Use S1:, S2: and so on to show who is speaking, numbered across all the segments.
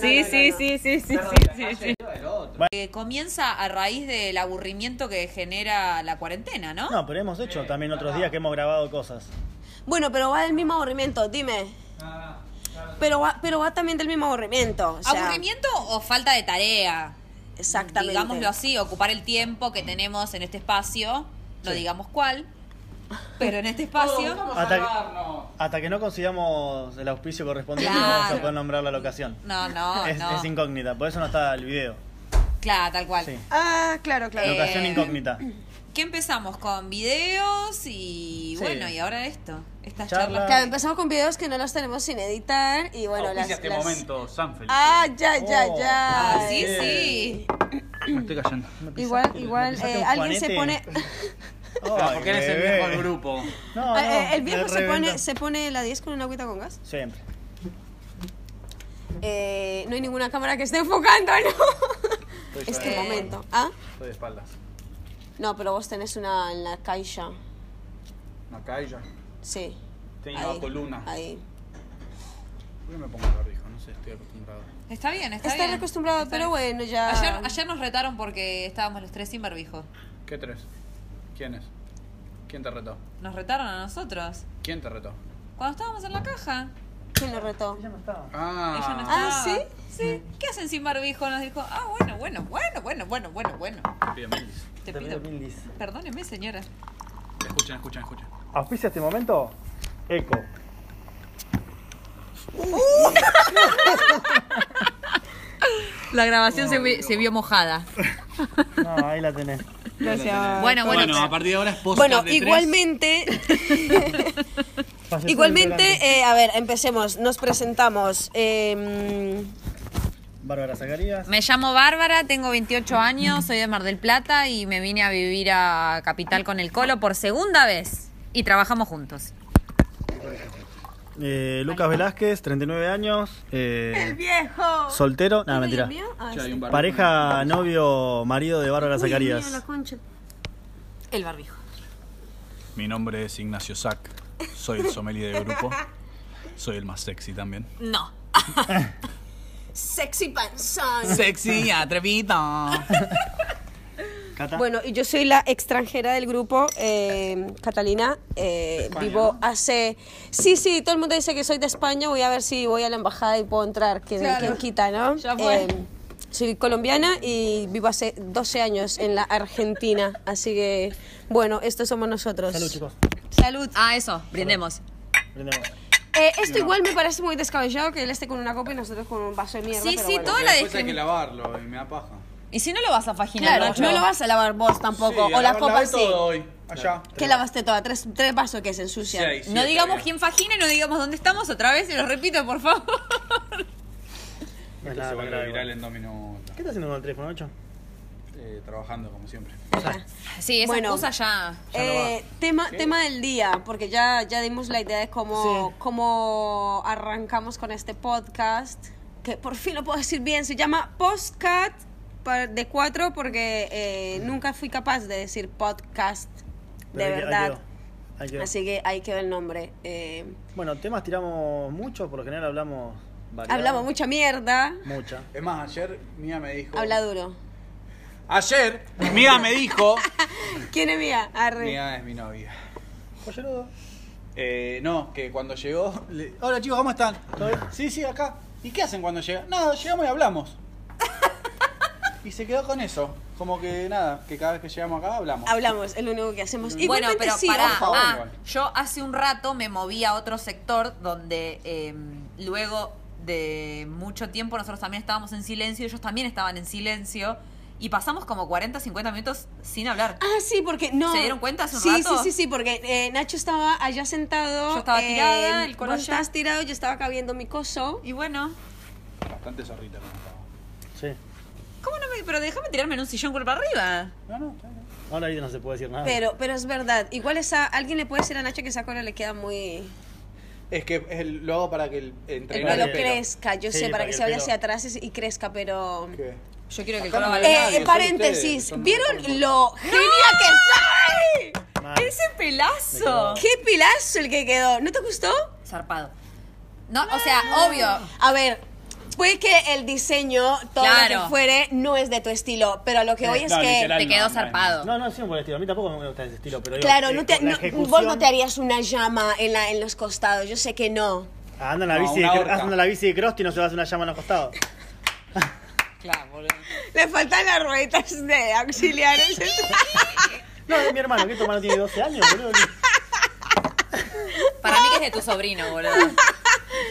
S1: sí, sí, sí, sí,
S2: Perro
S1: sí,
S2: de la
S1: sí,
S2: calle,
S1: sí.
S2: perro del otro.
S1: Eh, comienza a raíz del aburrimiento que genera la cuarentena, ¿no?
S3: No, pero hemos hecho
S2: Sí,
S3: también otros
S2: pará.
S3: días que hemos grabado cosas.
S4: Bueno, pero va del mismo aburrimiento, dime.
S2: Ah, claro.
S4: Pero va, pero va también del mismo aburrimiento. o sea,
S1: ¿Aburrimiento o falta de tarea?
S4: Exactamente.
S1: Digámoslo así, ocupar el tiempo que tenemos en este espacio, no
S3: Sí.
S1: digamos cuál, pero en este
S2: Todos
S1: espacio...
S4: Oh.
S2: vamos a
S3: Hasta que-
S2: salvarnos.
S3: Hasta que no consigamos el auspicio correspondiente
S1: Claro.
S3: no vamos a poder nombrar la locación.
S1: No, no,
S3: es,
S1: no.
S3: es incógnita, por eso no está el video.
S1: Claro, tal cual.
S3: Sí.
S4: Ah, claro, claro.
S1: Eh,
S3: Locación incógnita.
S1: ¿Qué empezamos? Con videos y
S3: Sí.
S1: bueno, y ahora esto, estas charlas.
S3: Charla.
S4: Claro, empezamos con videos que no los tenemos sin editar y bueno,
S2: Auspicia
S4: las,
S2: este
S4: las-
S2: momento, San Felipe.
S4: Ah, ya, ya,
S3: Oh.
S4: ya.
S1: Ah, sí,
S3: Ay.
S1: sí.
S2: Me estoy callando.
S4: Igual, igual,
S3: pisaste
S4: eh,
S3: un
S4: alguien se pone,
S3: juanete.
S2: No,
S3: Ay,
S2: porque eres el
S3: bebé.
S2: viejo del grupo.
S3: No, no,
S4: Eh, el viejo
S3: me
S4: se pone,
S3: reventó.
S4: se pone la 10 con una agüita con gas.
S3: Siempre.
S4: Eh, no hay ninguna cámara que esté enfocando, ¿no?
S3: Estoy
S4: Este
S1: yo.
S4: momento. Ah,
S3: Estoy de espaldas.
S4: no, pero vos tenés una en la caixa.
S2: Acá ella.
S4: Sí.
S2: Tenía
S4: ahí,
S2: una columna.
S4: Ahí.
S2: ¿Por qué me pongo barbijo? No sé, estoy acostumbrado.
S1: Está bien, está
S4: Estás
S1: bien.
S4: acostumbrado,
S1: Está
S4: pero
S1: bien.
S4: bueno, ya.
S1: Ayer, ayer nos retaron porque estábamos los tres sin barbijo.
S2: ¿Qué tres? ¿Quién es? ¿Quién te retó?
S1: Nos retaron a nosotros.
S2: ¿Quién te retó?
S1: Cuando estábamos en la caja.
S4: ¿Quién lo retó?
S3: Ella no estaba.
S2: Ah,
S1: Ella no estaba.
S4: Ah, ¿sí?
S1: Sí. ¿Qué hacen sin barbijo? Nos dijo, ah, bueno, bueno, bueno, bueno, bueno, bueno, bueno.
S2: Ah. Bien, Melis.
S1: Te
S3: Te
S1: pido.
S3: pido mil dis.
S1: Perdóneme, señora.
S2: Escuchen, escuchen, escuchen.
S3: ¿Auspicia este momento? Eco.
S1: La grabación se, vi- se vio mojada.
S3: No, ahí la tenés.
S4: Gracias.
S1: Bueno, bueno.
S2: Bueno, a partir de ahora es post
S4: Bueno, igualmente,
S3: Falleció el grande.
S4: igualmente, eh, a ver, empecemos. Nos presentamos. eh,
S3: Bárbara Zacarías.
S1: Me llamo Bárbara, tengo 28 años, soy de Mar del Plata y me vine a vivir a Capital con el Colo por segunda vez. Y trabajamos juntos.
S3: Eh, Lucas Velázquez, 39 años. Eh,
S4: viejo.
S3: soltero. No, mentira. Pareja, novio, marido de Bárbara Zacarías.
S1: El barbijo.
S2: Mi nombre es Ignacio Sack. Soy el sommelier del grupo. Soy el más sexy también.
S1: No.
S4: Sexy panzón.
S2: Sexy, atrevido.
S3: Cata.
S4: Bueno, y yo soy la extranjera del grupo, eh, Catalina. eh, vivo hace. Sí, sí, todo el mundo dice que soy de España. Voy a ver si voy a la embajada y puedo entrar. Quien,
S1: Claro.
S4: quien quita, ¿no?
S1: Ya fue.
S4: Eh, soy colombiana y vivo hace 12 años en la Argentina. Así que, bueno, estos somos nosotros.
S3: Salud, chicos.
S1: Salud. Ah, eso, brindemos.
S3: Brindemos.
S4: Eh, esto igual me parece muy descabellado que él esté con una copa y nosotros con un vaso de mierda.
S1: Sí,
S4: pero
S1: sí,
S4: bueno.
S1: todo- Hola,
S2: Después hay
S1: discrimin-
S2: que lavarlo y me da paja.
S1: Y si no lo vas a faginar,
S4: Claro,
S1: Nacho?
S4: no lo vas a lavar vos tampoco. o las copas sí.
S2: todo hoy. Allá.
S4: ¿Qué lavaste toda? Tres, tres vasos que se ensucian.
S2: Sí, ahí.
S1: No digamos
S2: todavía.
S1: quién fagina y no digamos dónde estamos otra vez, se lo repito, por favor.
S3: No es nada
S2: Esto se
S3: tan
S2: vuelve
S3: grave.
S2: viral en dos minutos.
S3: ¿Qué estás haciendo con el teléfono, Nacho?
S2: Eh, trabajando como siempre.
S1: Sí, esa
S4: Bueno.
S1: excusa ya.
S4: Eh, tema, tema del día, porque ya, ya dimos la idea de cómo, cómo arrancamos con este podcast, que por fin lo puedo decir bien, se llama Postcat par- de cuatro, porque eh, nunca fui capaz de decir podcast de
S3: Pero ahí- ahí
S4: verdad.
S3: quedó. Ahí quedó.
S4: Así que ahí quedó el nombre. eh,
S3: Bueno, temas tiramos mucho, por lo general hablamos variado.
S4: hablamos mucha mierda,
S3: Mucha.
S2: Es más, ayer Mía me dijo.
S4: habla duro.
S2: Ayer Mía me dijo.
S4: ¿Quién es mía? Arre.
S2: Mía es mi novia. Pues
S3: Pollerudo.
S2: Eh, no, que cuando llegó. le- Hola chicos, ¿cómo están? ¿Todo bien? Sí, sí, acá. ¿Y qué hacen cuando llegan? Nada, llegamos y hablamos. Y se quedó con eso. Como que nada, que cada vez que llegamos acá hablamos.
S4: Hablamos, es lo único que hacemos.
S1: bueno,
S4: Igualmente
S1: pero
S4: sí,
S1: pará,
S4: ojo.
S2: favor,
S1: ah,
S2: igual.
S1: yo hace un rato me moví a otro sector donde eh, luego de mucho tiempo nosotros también estábamos en silencio, ellos también estaban en silencio y pasamos como 40, 50 minutos sin hablar.
S4: Ah, sí, porque no.
S1: ¿Se dieron cuenta hace un
S4: sí,
S1: rato?
S4: Sí, sí, sí, porque eh, Nacho estaba allá sentado.
S1: Yo estaba
S4: eh,
S1: tirada, el colo
S4: vos
S1: allá.
S4: estabas tirado, yo estaba acá viendo mi coso.
S1: Y bueno,
S2: Bastante zorrita como estaba.
S3: Sí.
S1: ¿cómo no me.? Pero déjame tirarme en un sillón cuerpo arriba.
S2: No, no, está bien.
S3: Ahora ahorita no se puede decir nada.
S4: Pero, pero es verdad. Igual esa, alguien le puede decir a Nacho que esa cola le queda muy.
S2: Es que es el- lo hago para que el
S4: El
S2: entrenar
S4: pelo
S3: el pelo.
S4: crezca, yo
S3: Sí,
S4: sé, para
S3: para
S4: que,
S3: que
S4: se
S3: el
S4: vaya
S3: pelo-
S4: hacia atrás y, y crezca, pero.
S2: ¿Qué?
S1: Yo quiero que el
S2: Acá
S1: colo
S2: no
S1: valga.
S2: hay
S4: Eh,
S2: nadie,
S4: eh,
S2: son ustedes,
S4: paréntesis,
S2: son unos
S4: ¿vieron
S2: tontos.
S4: lo genia que soy?
S3: Mal.
S1: ¡Ese pelazo!
S3: Me
S4: ¡Qué pilazo el que quedó! ¿No te gustó?
S1: Zarpado. No, o sea, obvio.
S4: A ver, Puede que el diseño, todo lo
S1: Claro.
S4: que fuere, no es de tu estilo, pero lo que hoy es
S5: No,
S4: que...
S5: literal,
S1: Te
S5: no,
S1: quedó
S5: no,
S1: zarpado.
S5: no.
S3: No, no, sí, por el estilo. A mí tampoco me gusta ese estilo, pero digo,
S4: Claro,
S3: eh,
S4: no te-
S3: por la
S4: no-
S3: ejecución,
S4: vos no te harías una llama en, la, en los costados, yo sé que no.
S3: Ah, Anda en la
S2: No,
S3: bici, de,
S2: una horca.
S3: anda en la bici de Crosti y no se va a hacer una llama en los costados.
S1: Claro, boludo.
S4: Le faltan las rueditas de auxiliares.
S3: No, es mi hermano, que tu hermano tiene 12 años, boludo.
S1: Para mí que es de tu sobrino, boludo.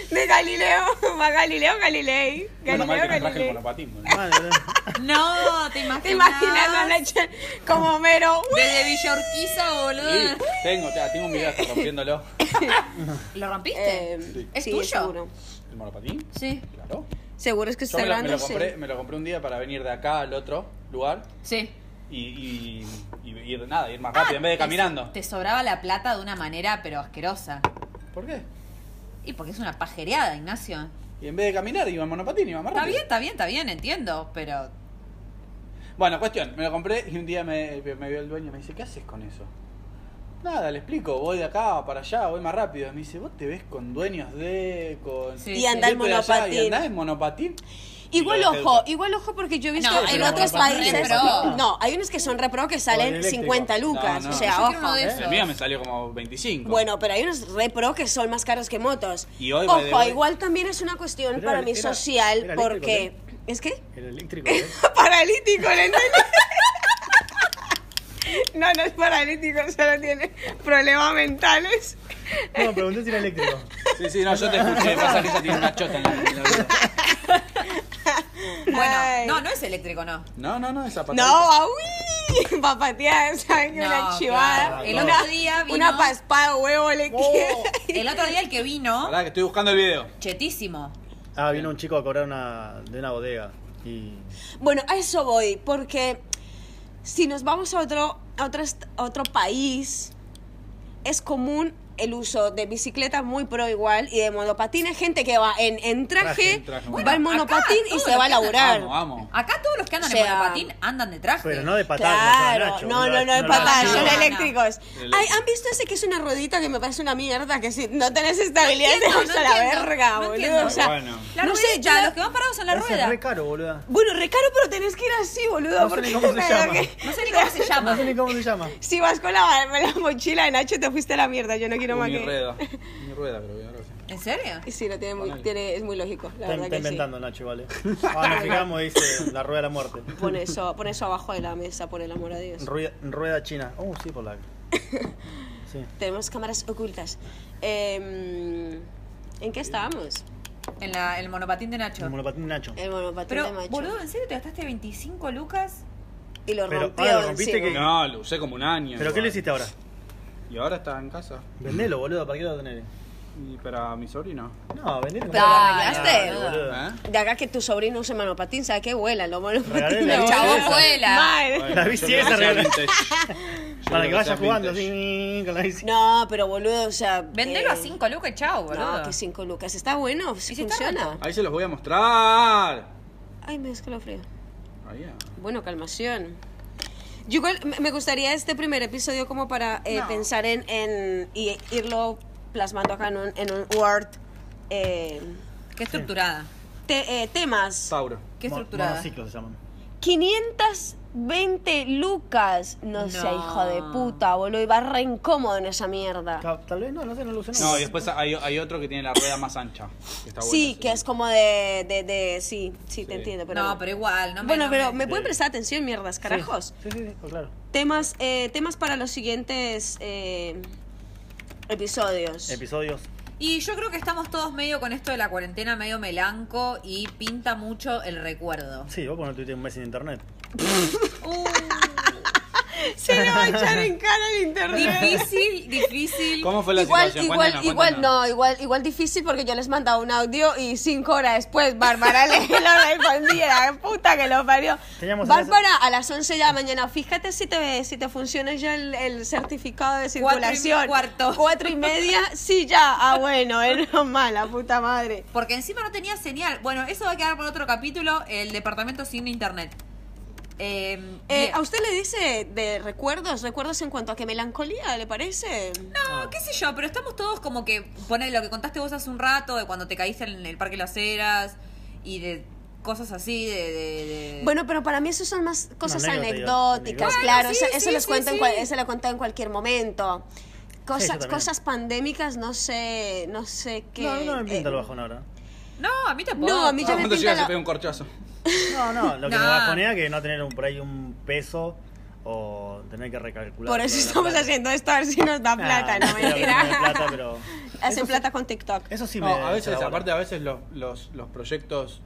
S4: De Galileo, va Galileo Galilei. Galileo
S2: Bueno, mal que no traje el
S4: Galilei.
S2: monopatín. boludo.
S3: Madre, boludo.
S1: No, te imaginas.
S4: ¿Te imaginas la leche como Homero?
S1: Desde Villa Urquiza, boludo.
S2: Sí, tengo, ya, tengo un video hasta rompiéndolo.
S1: ¿Lo rompiste?
S4: Eh,
S1: ¿Es
S4: sí,
S1: tuyo?
S4: Seguro.
S2: ¿El monopatín?
S1: Sí.
S2: Claro.
S4: Seguro es que está
S2: Yo me lo, me,
S4: grabando.
S2: lo compré, me lo compré un día para venir de acá al otro lugar
S1: Sí.
S2: y, y, y ir, nada, ir más rápido en vez de
S1: Te-
S2: caminando.
S1: Te sobraba la plata de una manera, pero asquerosa.
S2: ¿Por qué?
S1: Y porque es una pajereada, Ignacio.
S2: Y en vez de caminar iba en monopatín, iba más
S1: Está
S2: rápido.
S1: bien, está bien, está bien, entiendo, pero.
S2: Bueno, cuestión, me lo compré y un día me, me vio el dueño y me dice, ¿qué haces con eso? Nada, le explico, voy de acá para allá, voy más rápido. Me dice, ¿vos te ves con dueños de, con...
S1: Sí,
S4: Y
S1: sí.
S4: anda el
S2: gente de allá
S4: monopatín.
S2: ¿Y andás en monopatín?
S4: Igual
S2: Y lo dejé
S4: ojo,
S2: de-
S4: igual ojo porque yo he visto
S1: No,
S4: en
S1: pero
S4: otros
S1: para-
S4: países.
S1: repro.
S4: No, hay unos que son repro que
S3: el
S4: salen
S3: eléctrico.
S4: 50 lucas.
S2: No, no.
S4: O
S1: Yo
S4: sea,
S1: quiero uno
S4: ojo.
S1: de esos.
S2: El mío me salió como 25.
S4: Bueno, pero hay unos repro que son más caros que motos.
S2: Y hoy, by the
S4: ojo,
S2: way-
S4: igual también es una cuestión
S3: Pero
S4: para
S3: era-
S4: mí
S3: era-
S4: social
S3: era eléctrico,
S4: porque. ¿Es que?
S3: El eléctrico, ¿eh?
S4: paralítico, ¿le entendí? No, no es paralítico, solo tiene problemas mentales.
S3: No, pregunté si era eléctrico.
S2: Sí, sí, no, yo te escuché, pasa que ella tiene una chota en la, en la vida.
S1: Bueno,
S4: Ay.
S1: no, no es eléctrico, no.
S2: No, no, no, esa
S4: No,
S2: patadita.
S4: ah, uy, papateada, ¿saben que
S1: No,
S4: una chivada?
S1: claro. El
S4: una,
S1: otro día vino-
S4: Una paspada de huevo le
S3: Oh.
S1: El otro día el que vino,
S2: Pará, que estoy buscando el video.
S1: chetísimo.
S3: Ah, vino un chico a cobrar una, de una bodega. Y.
S4: Bueno, a eso voy, porque si nos vamos a otro, a otro, est- a otro país, es común el uso de bicicleta muy pro igual y de monopatín. Hay gente que va en, en
S3: Traje,
S4: traje,
S3: en traje.
S4: va
S1: Bueno,
S4: en monopatín
S1: acá
S4: y
S1: todo
S4: se
S1: lo
S4: va a
S1: que andan-
S4: laburar.
S2: Vamos, vamos.
S1: Acá todos los que
S4: O
S1: andan
S4: sea,
S1: en monopatín andan de traje.
S3: Pero no de patadas.
S4: Claro,
S3: o sea, Nacho,
S4: no, no, no, de
S3: lo-
S4: patadas,
S1: no,
S4: son
S1: no.
S4: eléctricos.
S2: Eléctrico.
S4: Ay, ¿han visto ese que es una ruedita que me parece una mierda? Que si no tenés estabilidad
S1: No entiendo,
S4: te vas
S1: no
S4: a la
S1: entiendo,
S4: verga,
S1: no
S4: boludo.
S1: entiendo.
S4: O sea,
S2: Bueno.
S1: La
S4: no
S1: rueda-
S4: sé,
S1: ya,
S4: yo-
S1: los que van parados en la
S3: Ese
S1: rueda.
S3: es re caro, boluda.
S4: Bueno, recaro, pero tenés que ir así, boludo.
S3: No sé
S4: porque
S3: ni cómo se
S4: la
S3: llama.
S4: verdad
S1: No sé ni cómo se llama.
S3: No sé ni cómo se llama.
S4: Si vas con la, la mochila de Nacho, te fuiste a la mierda. Yo no quiero más
S2: mi
S4: que.
S2: rueda. Mi rueda, pero bien, ahora sí.
S1: ¿En serio?
S4: Sí, lo tiene muy,
S2: Ponele.
S4: tiene, es muy lógico, la
S3: Está,
S4: verdad
S3: está
S4: que
S3: inventando, Nacho, vale. Ah, nos fijamos, dice la rueda de la muerte.
S4: sí. Pon eso, pon eso abajo de la mesa, por el amor a Dios.
S3: Rueda, rueda china. Oh, sí, por la. Sí.
S4: Tenemos cámaras ocultas. Em, ¿En qué estábamos?
S1: En la, el monopatín de Nacho.
S3: El monopatín Nacho.
S4: El monopatín de
S1: Pero,
S4: Nacho.
S1: boludo, ¿en serio te gastaste 25 lucas?
S4: Y lo
S3: Pero,
S4: rompió.
S3: ah, lo rompiste
S4: encima.
S2: No, lo usé como un año.
S3: ¿Pero qué le hiciste ahora?
S2: Y ahora está en casa.
S3: Vendelo, boludo, ¿para qué lo vas a tener?
S2: Y para mi sobrino.
S3: No, vendelo.
S4: Pero Ah. lo arreglaste.
S3: boludo.
S2: ¿Eh?
S4: De acá que tu sobrino use monopatín, ¿sabes qué vuela? Lo monopatín.
S3: Regalé la
S4: lo-
S3: bici
S1: Chabón
S3: esa.
S1: vuela.
S4: Mal.
S2: Bueno,
S3: La
S2: yo
S3: bici
S2: creo
S3: esa
S2: sea
S3: regala.
S2: vintage. ¿Eh? Yo
S3: Para
S2: creo
S3: que
S2: sea
S3: vaya jugando
S2: vintage.
S3: así con la bici.
S4: No, pero boludo, o sea.
S1: Vendelo
S4: eh,
S1: a 5 lucas y chao, boludo.
S4: No, que 5 lucas. Está bueno, sí
S1: si está
S4: funciona.
S2: Ahí se los voy a mostrar.
S4: Ay, me escalofrío.
S2: Ahí, ah.
S4: Bueno, calmación. Yo igual me- me gustaría este primer episodio como para eh,
S1: No.
S4: pensar en, en- y irlo plasmando acá en un, en un Word. eh,
S1: Qué estructurada.
S4: te- eh, temas.
S2: Tauro.
S1: Qué
S3: Mo-
S1: estructurada.
S3: Monociclo se llaman.
S4: 520 lucas. No,
S1: No.
S4: sea hijo de puta, boludo. Y va re incómodo en esa mierda.
S3: Ca- Tal vez no, no sé, no lo usé.
S2: No, y
S3: nunca.
S2: después hay, hay otro que tiene la rueda más ancha. que está
S4: sí,
S2: bueno,
S4: que es como de, de, de- sí, sí, te entiendo. Pero
S1: No, pero igual, no me-
S4: bueno,
S1: no
S4: pero
S1: me-
S4: me pueden prestar atención, mierdas, carajos.
S3: Sí, sí, sí, claro.
S4: Temas, eh, temas para los siguientes eh, episodios.
S3: Episodios.
S1: Y yo creo que estamos todos medio con esto de la cuarentena, medio melanco y pinta mucho el recuerdo.
S3: Sí, vos porque no tuviste un mes sin internet.
S1: Uh,
S4: Se le va a echar en cara el internet.
S1: difícil, difícil.
S2: ¿Cómo fue la
S4: Igual,
S2: situación?
S4: igual,
S2: Cuéntanos,
S4: igual,
S2: cuéntanos.
S4: no, igual, igual difícil porque yo les mandaba un audio y cinco horas después Bárbara le la respondía, la puta que lo parió.
S3: Teníamos
S4: Bárbara, a las 11 de la mañana, fíjate si te, si te funciona ya el, el certificado de
S1: Cuatro y me-
S4: circulación.
S1: cuarto.
S4: Cuatro y media, sí ya. Ah, bueno, es normal, la puta madre.
S1: Porque encima no tenía señal. Bueno, eso va a quedar por otro capítulo, el departamento sin internet. Eh,
S4: Eh,
S1: bien.
S4: ¿A usted le dice de recuerdos? ¿Recuerdos en cuanto a que melancolía, le parece?
S1: No, qué sé yo, pero estamos todos como que, poner lo que contaste vos hace un rato, de cuando te caíste en el Parque Las Heras, y de cosas así, de... de- de-
S4: Bueno, pero para mí eso son más cosas
S3: Una anécdota,
S4: anecdóticas,
S3: digamos.
S4: claro.
S1: Bueno,
S4: eso,
S1: Ah, sí,
S4: eso
S1: sí,
S4: les
S1: sí,
S4: cuento en
S1: sí.
S4: cual- eso lo cuento en cualquier momento.
S3: yo
S4: Cosas,
S3: también.
S4: cosas pandémicas, no sé, no sé qué.
S3: No, no me pinta
S4: eh,
S3: el bajón ahora.
S1: No, a mí tampoco.
S4: No, a mí ya me
S2: ¿Cuándo
S4: pinta
S2: llega
S4: la-
S2: se pega un corchazo?
S3: No, no, lo que
S1: No.
S3: me bajonea que no tener un, por ahí un peso o tener que recalcular.
S4: Por eso estamos haciendo esto, a ver si nos
S3: Ah,
S4: da plata, no mentira.
S3: plata, pero...
S4: Hacen plata con TikTok.
S3: Eso sí
S2: No,
S3: me...
S2: a veces,
S3: chabona.
S2: aparte, a veces los, los, los proyectos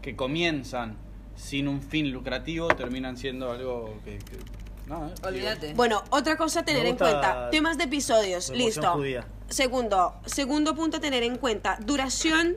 S2: que comienzan sin un fin lucrativo terminan siendo algo que. que- no, eh,
S1: Olvídate.
S4: Bueno, otra cosa a tener
S3: Me
S4: en
S3: gusta
S4: cuenta, temas de episodios,
S3: la emoción
S4: listo.
S3: judía.
S4: Segundo, segundo punto a tener en cuenta, duración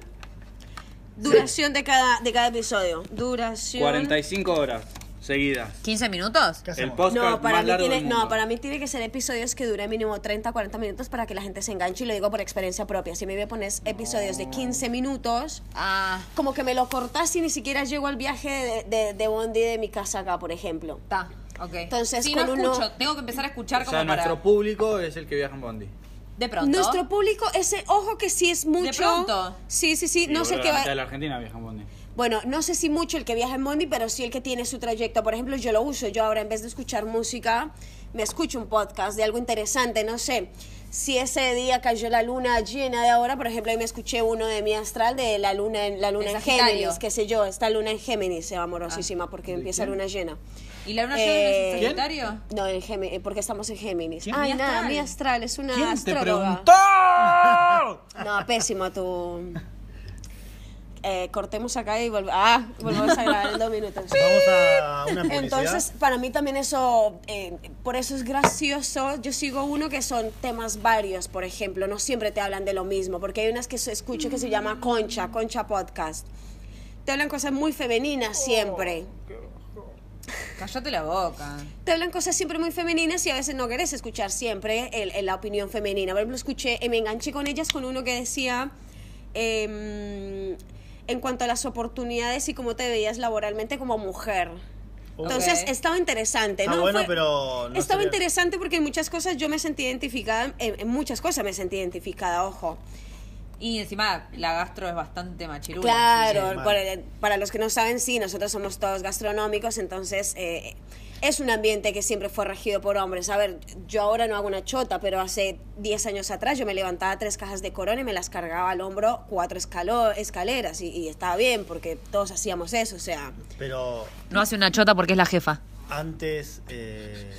S4: duración de cada de cada episodio.
S2: digo,
S4: Duración
S2: 45 horas seguidas.
S1: ¿15 minutos?
S3: ¿Qué
S2: El
S3: hacemos?
S2: podcast
S4: No, para
S2: más
S4: mí
S2: largo
S4: tiene
S2: del mundo.
S4: no, para mí tiene que ser episodios que duren mínimo 30 40 minutos para que la gente se enganche y lo digo por experiencia propia. Si me pones episodios de 15 minutos,
S1: Ah,
S4: como que me lo cortas y ni siquiera llego al viaje de, de, de Bondi de mi casa acá, por ejemplo.
S1: está, ok.
S4: Entonces,
S1: sí,
S4: con
S1: no
S4: uno-
S1: escucho, tengo que empezar a escuchar
S2: O sea,
S1: como para...
S2: nuestro público es el que viaja en
S4: Eh,
S2: Bondi.
S1: De pronto.
S4: Nuestro público, ese ojo que sí es mucho.
S1: pronto.
S4: Sí, sí, sí.
S2: Digo,
S4: No sé
S2: la
S4: qué
S2: mitad de la
S4: va.
S2: Argentina viaja en Bondi.
S4: Bueno, no sé si mucho el que viaja en Bondi, pero sí el que tiene su trayecto. Por ejemplo, yo lo uso. Yo ahora en vez de escuchar música, me escucho un podcast de algo interesante. No sé. Si ese día cayó la luna llena de ahora, por ejemplo, ahí me escuché uno de mi astral de la luna en, la luna
S1: De
S4: en
S1: Sagitario. Ah,
S4: Géminis, qué sé yo, esta luna en Géminis se va amorosísima porque
S2: ¿de
S4: empieza
S2: quién?
S4: luna llena.
S1: ¿Y la luna
S4: Eh,
S1: llena en
S4: ¿Quién?
S1: Sagitario?
S4: No, en Géminis, porque estamos en Géminis.
S2: ¿Quién?
S4: Ay,
S1: Mi
S4: nada,
S1: astral.
S4: mi astral es una
S2: ¿Quién te
S4: astróloga.
S2: preguntó?
S4: No, pésimo tu. Eh, cortemos acá y volvemos. Ah, volvemos a grabar en dos minutos.
S3: Vamos a una publicidad.
S4: Entonces, para mí también eso, eh, por eso es gracioso. Yo sigo uno que son temas varios, por ejemplo, no siempre te hablan de lo mismo, porque hay unas que se- escucho que se llama Concha, Concha Podcast. Te hablan cosas muy femeninas siempre.
S1: Cállate la boca.
S4: Te hablan cosas siempre muy femeninas y a veces no querés escuchar siempre el- el- la opinión femenina. Por ejemplo, escuché, eh, me enganché con ellas con uno que decía em, en cuanto a las oportunidades y cómo te veías laboralmente como mujer.
S3: Ok.
S4: Entonces estaba interesante,
S3: Está
S4: ¿no?
S3: Ah, bueno,
S4: Fue-
S3: pero... no
S4: estaba
S3: sería-
S4: interesante porque en muchas cosas yo me sentí identificada, en, en muchas cosas me sentí identificada, ojo.
S1: Y encima la gastro es bastante machirula.
S3: sí,
S4: Claro,
S3: mal.
S4: para, para los que no saben, sí, nosotros somos todos gastronómicos, entonces eh, es un ambiente que siempre fue regido por hombres. A ver, yo ahora no hago una chota, pero hace 10 años atrás yo me levantaba tres cajas de corona y me las cargaba al hombro cuatro escalo- escaleras y, y estaba bien porque todos hacíamos eso, o sea...
S3: Pero
S1: No hace una chota porque es la jefa.
S3: antes... eh,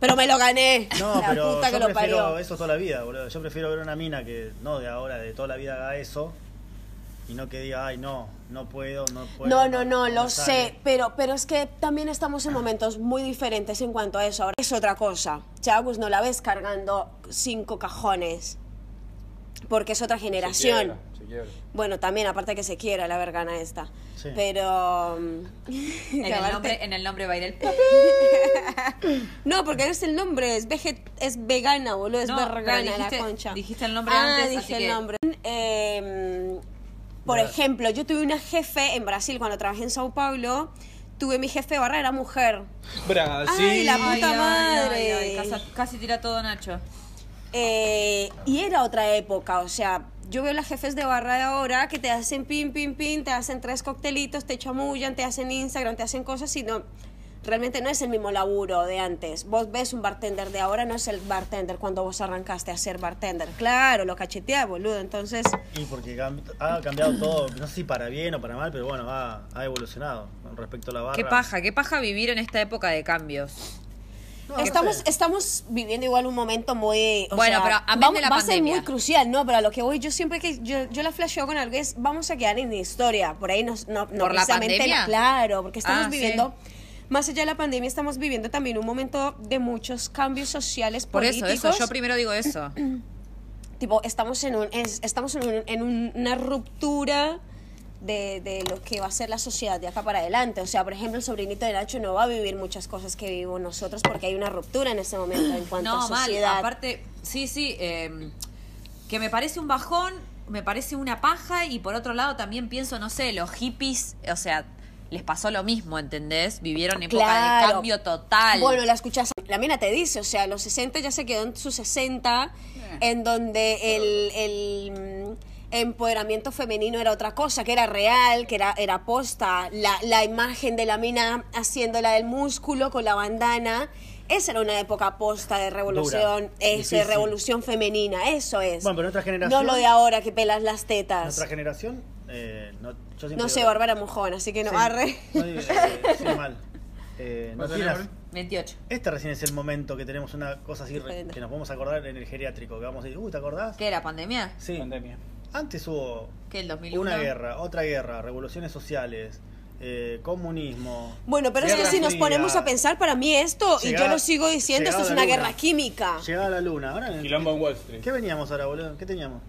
S4: Pero me lo gané.
S3: No,
S4: la
S3: pero
S4: puta que
S3: yo
S4: lo
S3: prefiero
S4: parió.
S3: eso toda la vida, boludo. Yo prefiero ver una mina que no de ahora, de toda la vida haga eso y no que diga, ay, no, no puedo, no puedo.
S4: No, no, no, lo
S3: sale".
S4: sé, pero, pero es que también estamos en momentos muy diferentes en cuanto a eso. Ahora es otra cosa. Chagus no la ves cargando cinco cajones, porque es otra
S2: Se
S4: generación.
S2: quiebra, se quiebra.
S4: Bueno, también, aparte que se quiera la vergana esta.
S3: Sí.
S4: Pero... que
S1: En el,
S4: aparte-
S1: nombre, en el nombre va a ir el...
S4: No, porque no es el nombre, es, veget- es vegana, boludo, es
S1: No, pero
S4: vergana
S1: dijiste-
S4: la concha.
S1: dijiste el nombre
S4: ah,
S1: antes,
S4: dije
S1: así
S4: el
S1: que-
S4: nombre. Eh, por ejemplo, yo tuve una jefe en Brasil cuando trabajé en Sao Paulo. Tuve mi jefe de barra, era mujer.
S2: Brasil.
S4: Ay, la puta madre.
S1: casi, casi tira todo Nacho.
S4: Eh, y era otra época, o sea, yo veo las jefes de barra de ahora que te hacen pin, pin, pin, te hacen tres coctelitos, te chamullan, te hacen Instagram, te hacen cosas, sino realmente no es el mismo laburo de antes. Vos ves un bartender de ahora, no es el bartender cuando vos arrancaste a ser bartender. Claro, lo cachetea, boludo, entonces...
S3: Y porque cam- ha cambiado todo, no sé si para bien o para mal, pero bueno, ha, ha evolucionado con respecto a la barra.
S1: Qué paja, qué paja vivir en esta época de cambios.
S3: No, no
S4: Estamos,
S3: sé.
S4: estamos viviendo igual un momento muy... o
S1: Bueno,
S4: sea,
S1: pero amén
S4: vam-
S1: de la
S4: va a ser
S1: pandemia.
S4: muy crucial, ¿no? Pero a lo que voy, yo siempre que... Yo, yo la flasheo con algo es, vamos a quedar en historia. Por ahí nos, no, no
S1: ¿Por la
S4: precisamente-
S1: pandemia?
S4: Claro, porque estamos
S1: Ah, sí.
S4: viviendo... Más allá de la pandemia, estamos viviendo también un momento de muchos cambios sociales,
S1: Por eso,
S4: políticos.
S1: eso, yo primero digo eso.
S4: tipo, estamos en, un, es- estamos en, un- en un- una ruptura de, de lo que va a ser la sociedad de acá para adelante. O sea, por ejemplo, el sobrinito de Nacho no va a vivir muchas cosas que vivimos nosotros porque hay una ruptura en este momento en cuanto a
S1: No, mal,
S4: sociedad.
S1: aparte, sí, sí, eh, que me parece un bajón, me parece una paja y por otro lado también pienso, no sé, los hippies, o sea, les pasó lo mismo, ¿entendés? Vivieron época de
S4: Claro.
S1: cambio total.
S4: Bueno, la escuchas, la mina te dice, o sea,
S1: Eh.
S4: los 60 ya se quedó en sus 60, en donde el, el, mm, empoderamiento femenino era otra cosa, que era real, que era, era posta. La, la imagen de la mina haciéndola del músculo con la bandana. Esa era una época posta de revolución, eso, de
S3: difícil.
S4: revolución femenina, eso es.
S3: Bueno, pero en otra
S4: no
S3: generación.
S4: lo de ahora que pelas las
S3: en
S4: tetas.
S3: otra generación. eh, no, yo siempre
S4: No sé,
S3: digo-
S4: Bárbara Mojón, así que no,
S3: Sí.
S4: arre.
S3: No, eh, eh, sí, mal. Eh, no
S2: ¿Vas a
S3: tiras-
S2: leer,
S1: 28.
S3: este recién es el momento que tenemos una cosa así re-
S4: Diferente.
S3: que nos vamos a acordar en el geriátrico. Que vamos a decir, uy, ¿te acordás?
S1: ¿Qué era? ¿Pandemia?
S3: Sí.
S2: Pandemia.
S3: Antes hubo
S1: ¿Qué? ¿El 2001?
S3: una guerra, otra guerra, revoluciones sociales, eh, comunismo.
S4: Bueno, pero es que
S3: Guerra
S4: si nos
S3: Fría,
S4: ponemos a pensar, para mí esto, y yo
S3: Llegada-
S4: lo sigo diciendo, esto
S3: llegada
S4: es
S3: la
S4: una
S3: luna.
S4: guerra química.
S3: Llegada a la luna. Ahora, en-
S2: Quilombo en Wall Street.
S3: ¿Qué veníamos ahora, boludo? ¿Qué teníamos?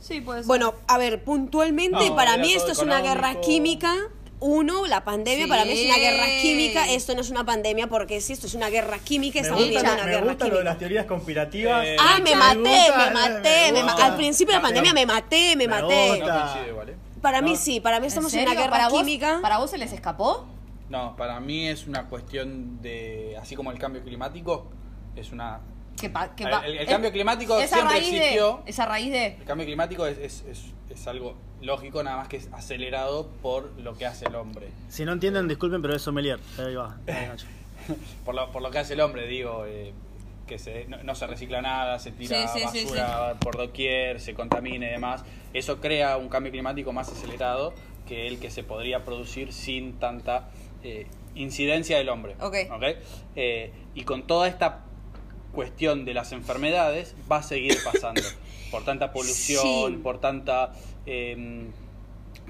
S1: Sí, puede ser.
S4: Bueno, a ver, puntualmente,
S2: No,
S4: para
S2: era
S4: mí
S2: todo
S4: esto es una guerra
S2: económico.
S4: química. Uno, la pandemia
S1: Sí.
S4: para mí es una guerra química. Esto no es una pandemia porque si esto es una guerra química, estamos
S1: gusta-
S4: viendo una
S3: me
S4: guerra
S3: gusta lo de
S4: química.
S3: las teorías conspirativas.
S2: Eh,
S4: Ah, me maté,
S3: gusta,
S4: me maté, me ma-
S3: gusta.
S4: al principio de la pandemia me maté, me
S3: Me
S4: maté.
S3: gusta.
S2: No coincide igual, ¿eh?
S4: Para mí sí, para mí
S1: ¿En
S4: estamos en
S1: serio?
S4: una guerra
S1: ¿Para vos-
S4: química.
S1: ¿Para vos se les escapó?
S2: No, para mí es una cuestión de. Así como el cambio climático, es una.
S1: Que pa- que
S2: A
S1: pa-
S2: ver, el- el
S1: es-
S2: cambio climático
S1: es a
S2: siempre
S1: raíz de-
S2: existió.
S1: es a raíz de...
S2: El cambio climático es, es- es- es algo lógico, nada más que es acelerado por lo que hace el hombre.
S3: Si no entienden, disculpen, pero es sommelier. Ahí va. ahí, Nacho.
S2: Por lo, por lo que hace el hombre, digo. eh, que se, no, no se recicla nada, se tira
S1: Sí, sí, sí,
S2: basura por doquier, se contamina y demás. Eso crea un cambio climático más acelerado que el que se podría producir sin tanta eh, incidencia del hombre.
S1: Ok.
S2: ¿ok? Eh, y con toda esta cuestión de las enfermedades va a seguir pasando. por tanta polución,
S4: Sí.
S2: por tanta... eh,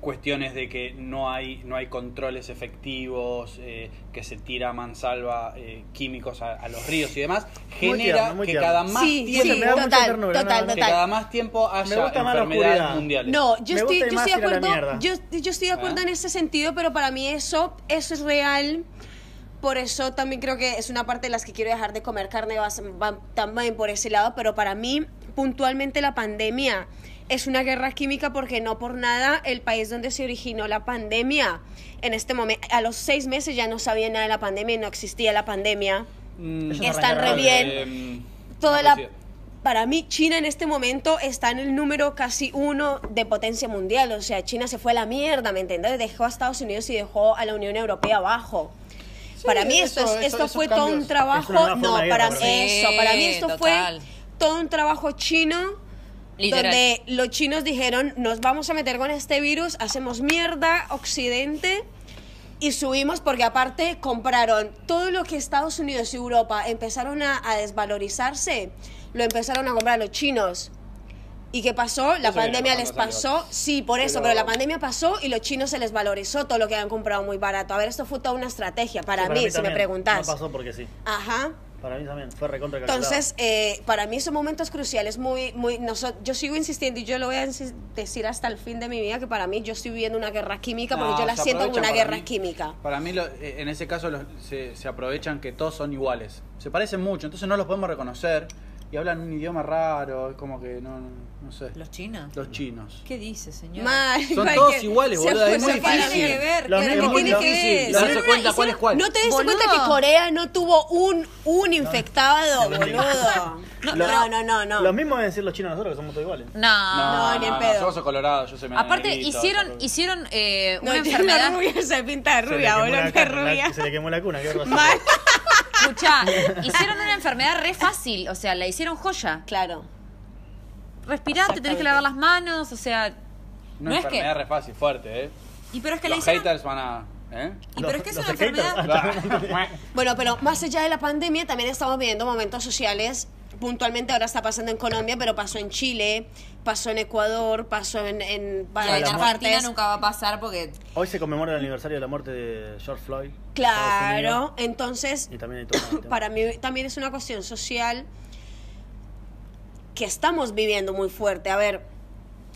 S2: cuestiones de que no hay no hay controles efectivos eh, que se tira a mansalva eh, químicos a, a los ríos y demás genera
S3: tierno, muy
S2: que
S3: tierno.
S2: cada más
S4: Sí,
S2: tiempo
S4: sí,
S3: me da mucha
S4: total,
S3: ternura,
S4: total,
S3: no, no.
S2: que
S4: total.
S2: cada más tiempo haya
S3: gusta más la
S2: enfermedades
S3: oscuridad.
S2: mundiales
S4: No, yo
S3: Me
S4: estoy,
S3: gusta
S4: yo
S3: más
S4: estoy
S3: ir
S4: de
S3: a la
S4: acuerdo.
S3: mierda.
S4: Yo, yo estoy de acuerdo
S2: Ah.
S4: en ese sentido, pero para mí eso, eso es real. Por eso también creo que es una parte de las que quiero dejar de comer carne, va, va también por ese lado, pero para mí, puntualmente la pandemia es una guerra química porque no por nada el país donde se originó la pandemia, en este momento, a los seis meses ya no sabía nada de la pandemia y no existía la pandemia.
S2: Mm,
S3: Ellos Están arrancaron re
S4: bien.
S2: eh,
S4: Toda
S2: no
S4: la,
S2: coincido.
S4: para mí, China en este momento está en el número casi uno de potencia mundial. O sea, China se fue a la mierda, ¿me entiendes? Dejó a Estados Unidos y dejó a la Unión Europea abajo. para mí esto,
S2: eso-
S4: es- esto
S2: eso- esos
S4: fue todo un
S2: cambios-
S3: es una
S4: trabajo. No,
S3: nueva forma de
S4: para
S3: guerra,
S4: mí
S3: para
S1: mí.
S4: eso.
S1: Sí,
S4: Para mí esto
S1: total.
S4: fue todo un trabajo chino.
S1: Literal.
S4: Donde los chinos dijeron, nos vamos a meter con este virus, hacemos mierda, Occidente, y subimos porque aparte compraron todo lo que Estados Unidos y Europa empezaron a, a desvalorizarse, lo empezaron a comprar los chinos. ¿Y qué pasó? La
S2: Eso viene
S4: pandemia les
S2: pasando hace
S4: pasó, sí, por eso,
S2: Pero-
S4: pero... la pandemia pasó y los chinos se les valorizó todo lo que habían comprado muy barato. A ver, esto fue toda una estrategia para, mí, si me
S3: también.
S4: preguntas.
S3: No pasó porque sí.
S4: Ajá.
S3: Para mí también. Fue recontra calculado.
S4: Entonces, eh, para mí son momentos cruciales muy, muy, no so- yo sigo insistiendo y yo lo voy a insi- decir hasta el fin de mi vida que para mí yo estoy viviendo una guerra química porque
S2: No,
S4: yo la
S2: se
S4: siento como
S2: aprovechan
S4: una
S2: para
S4: guerra
S2: mí.
S4: química.
S2: Para mí, lo- eh, en ese caso, los- se, se aprovechan que todos son iguales. Se parecen mucho, entonces no los podemos reconocer. Y hablan un idioma raro, es como que no, no sé.
S1: ¿Los chinos?
S2: Los chinos.
S1: ¿Qué dice, señor?
S4: Mal,
S2: Son
S4: mal
S2: todos
S4: que-
S2: iguales,
S4: se
S2: boluda, es
S4: puso
S2: muy
S4: para la
S1: ¿Qué tiene que
S2: difícil.
S1: ver?
S3: Los
S1: ¿Qué-
S3: mismos-
S1: ¿Qué tiene
S3: los-
S1: que ver?
S2: sí, sí, darse
S4: Hicieron
S2: cuenta
S4: una-
S2: cuál es cuál.
S4: ¿No te diste
S1: Boludo.
S4: cuenta que Corea no tuvo un, un infectado,
S3: No.
S4: boludo? No, no, no, no.
S3: Lo mismo deben decir los chinos a nosotros, que somos todos iguales.
S1: No.
S4: No, ni en pedo.
S2: yo soy colorado, yo soy
S1: Aparte,
S2: menegrito,
S1: hicieron,
S2: todo.
S1: hicieron eh,
S4: No,
S1: una
S4: tiene
S1: enfermedad...
S4: la rubia, se pinta de
S3: Se le
S4: rubia,
S3: quemó
S4: boludo,
S3: la
S4: qué
S3: cana, la-
S4: rubia.
S3: Se le quemó la cuna. Qué raro.
S4: Mal.
S1: Escuchá, hicieron una enfermedad re fácil, o sea, la hicieron joya.
S4: Claro.
S1: Respirá, te tenés que lavar las manos, o sea...
S2: Una
S1: no es que...
S2: enfermedad re fácil, fuerte, ¿eh?
S1: Y pero es que la
S2: los
S1: hicieron...
S2: haters van a. ¿eh?
S1: Y pero es que es
S3: Los-
S1: una
S3: los haters.
S1: enfermedad...
S4: Bueno, pero más allá de la pandemia, también estamos viviendo momentos sociales. Puntualmente ahora está pasando en Colombia, pero pasó en Chile, pasó en Ecuador, pasó en, en
S1: Ya, en
S4: varias
S1: Argentina
S4: partes.
S1: nunca va a pasar porque...
S3: Hoy se conmemora el aniversario de la muerte de George Floyd. en Estados
S4: Claro,
S3: Unidos,
S4: entonces
S3: Y también hay todo un tema.
S4: para mí también es una cuestión social que estamos viviendo muy fuerte. A ver,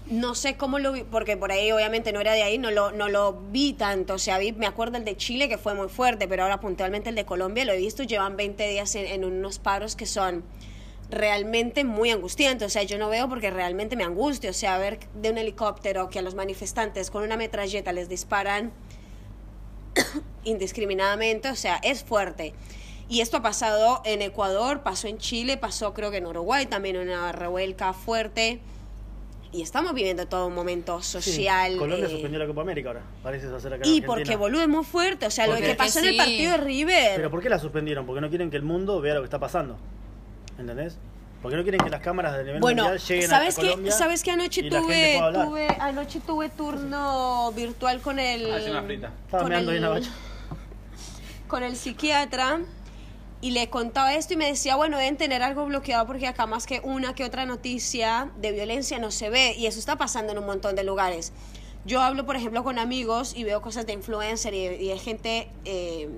S4: no sé cómo lo vi, porque por ahí obviamente no era de ahí, no lo, no lo vi tanto. O sea, vi, me acuerdo el de Chile que fue muy fuerte, pero ahora puntualmente el de Colombia lo he visto, llevan 20 días en, en unos paros que son realmente muy angustiantes. O sea, yo no veo porque realmente me angustio. O sea, ver de un helicóptero que a los manifestantes con una metralleta les disparan indiscriminadamente, o sea, es fuerte. Y esto ha pasado en Ecuador, pasó en Chile, pasó creo que en Uruguay también una revuelca fuerte. y estamos viviendo todo un momento social.
S3: Colombia
S4: eh,
S3: suspendió la Copa América ahora. Parece eso hacer acá. en
S4: y
S3: Argentina.
S4: porque, boludo, es muy fuerte. O sea, lo
S3: Porque-
S4: que pasó en el
S1: Sí.
S4: partido de River.
S3: Pero ¿por qué la suspendieron? Porque no quieren que el mundo vea lo que está pasando. ¿Entendés? Porque no quieren que las cámaras de nivel
S4: Bueno,
S3: mundial lleguen
S4: ¿sabes
S3: a
S4: que,
S3: Colombia.
S4: ¿sabes que anoche
S3: y la gente
S4: tuve,
S3: pueda hablar.
S4: tuve anoche tuve turno virtual con el
S2: Ah, es una frita.
S3: Estaba
S4: con
S3: meando ahí en la
S4: el-
S3: bacha.
S4: con el psiquiatra y le contaba esto y me decía, bueno, deben tener algo bloqueado porque acá más que una que otra noticia de violencia no se ve y eso está pasando en un montón de lugares. Yo hablo, por ejemplo, con amigos y veo cosas de influencer y, y hay gente eh,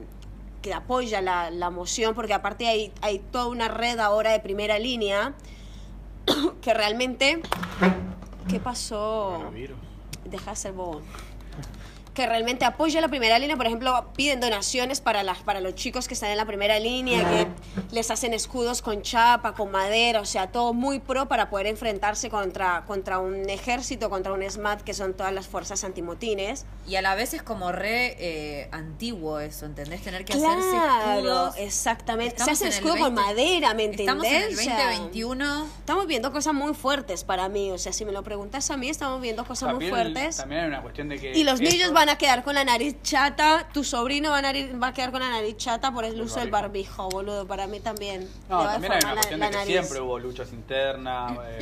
S4: que apoya la, la moción porque aparte hay, hay toda una red ahora de primera línea que realmente... ¿Qué pasó? deja de ser bobo. Que realmente apoya la primera línea, por ejemplo, piden donaciones para, las, para los chicos que están en la primera línea, que les hacen escudos con chapa, con madera, o sea, todo muy pro para poder enfrentarse contra, contra un ejército, contra un SMAT, que son todas las fuerzas antimotines.
S1: Y a la vez es como re eh, antiguo eso, ¿entendés? Tener que hacerse
S4: Claro,
S1: escudos.
S4: exactamente. Se
S1: Estamos
S4: hacen
S1: en el
S4: escudo con
S1: 20
S4: madera, ¿me entendés?
S1: Estamos en el
S4: O sea,
S1: 2021.
S4: Estamos viendo cosas muy fuertes para mí, o sea, si me lo preguntas a mí, estamos viendo cosas
S2: También-
S4: muy fuertes.
S2: También hay una cuestión de que.
S4: Y los niños
S2: esto-
S4: van a quedar con la nariz chata, tu sobrino va a, nari- va a quedar con la nariz chata por el, uso del barbijo, boludo, para mí también.
S2: No,
S4: Le va a
S2: también hay una
S4: deformar
S2: cuestión
S4: la-
S2: de que
S4: la nariz.
S2: siempre hubo luchas internas, eh,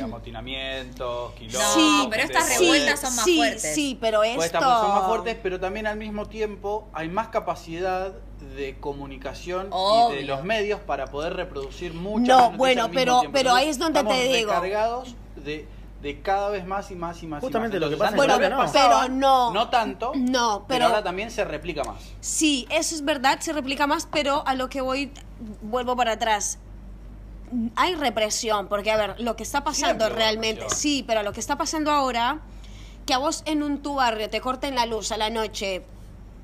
S2: amotinamientos, quilombos.
S4: Sí,
S2: gente
S1: pero estas
S2: de-
S4: Sí,
S1: revueltas son más
S4: sí,
S1: fuertes.
S4: Sí, pero esto...
S2: Pues estas son más fuertes, pero también al mismo tiempo hay más capacidad de comunicación y de
S1: Obvio.
S2: los medios para poder reproducir muchas
S4: No,
S2: más noticias
S4: bueno,
S2: al mismo
S4: pero-
S2: tiempo.
S4: pero ahí es donde
S2: estamos
S4: te digo.
S2: recargados de, de cada vez más y más y más. y
S3: Justamente
S2: más.
S3: lo que
S2: Entonces,
S3: pasa en Colombia,
S2: antes tal vez
S4: Pero
S3: no.
S2: pasaba,
S4: no.
S2: No tanto.
S4: No, pero-
S2: ahora también se replica más.
S4: Sí, eso es verdad, se replica más, pero a lo que voy, vuelvo para atrás. Hay represión, porque a ver, lo que está pasando
S2: Siempre hubo
S4: realmente,
S2: represión.
S4: sí, pero lo que está pasando ahora, que a vos en un tu barrio te corten la luz a la noche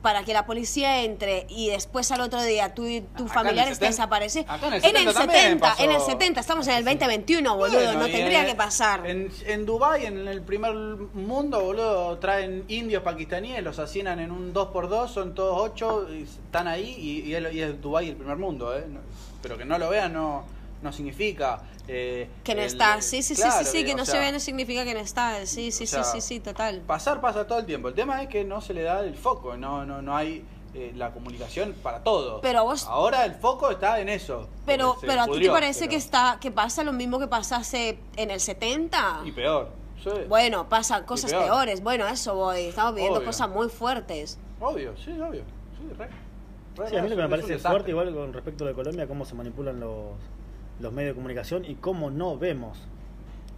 S4: para que la policía entre y después al otro día tú y tu
S2: Acá
S4: familiar
S2: en el
S4: esté
S2: 70,
S4: desaparecido.
S2: acá en el 70 también pasó.
S4: en el 70, estamos en el 2021, boludo,
S2: Bueno,
S4: no
S2: y
S4: tendría
S2: en-
S4: que pasar.
S2: En, en Dubái, en el primer mundo, boludo, traen indios pakistaníes, los hacinan en un 2x2, son todos 8, están ahí y, y es, y es Dubái el primer mundo, ¿eh? No- Pero que no lo vean no, no significa... eh,
S4: que no
S2: el-
S4: está, sí, sí,
S2: claro,
S4: sí, sí, sí, que
S2: o
S4: no se
S2: sea,
S4: ve no significa que no está, sí, sí,
S2: o
S4: sí,
S2: sea,
S4: sí, sí, total.
S2: Pasar pasa todo el tiempo, el tema es que no se le da el foco, no, no, no hay... eh, la comunicación para todo.
S4: Pero vos-
S2: Ahora el foco está en eso.
S4: Pero,
S2: porque se
S4: pero a ti te
S2: pudrió,
S4: parece
S2: pero-
S4: que está, que pasa lo mismo que pasase en el 70.
S2: Y peor. sí.
S4: Bueno, pasan cosas
S2: peor.
S4: peores. Bueno, a eso voy. Estamos viviendo
S2: Obvio.
S4: cosas muy fuertes.
S2: Obvio, sí, obvio. Sí, re. Re,
S3: Sí, a mí lo
S2: re,
S3: que
S2: es
S3: me
S2: un
S3: parece
S2: desastre.
S3: fuerte igual con respecto a lo de Colombia, cómo se manipulan los, los medios de comunicación y cómo no vemos.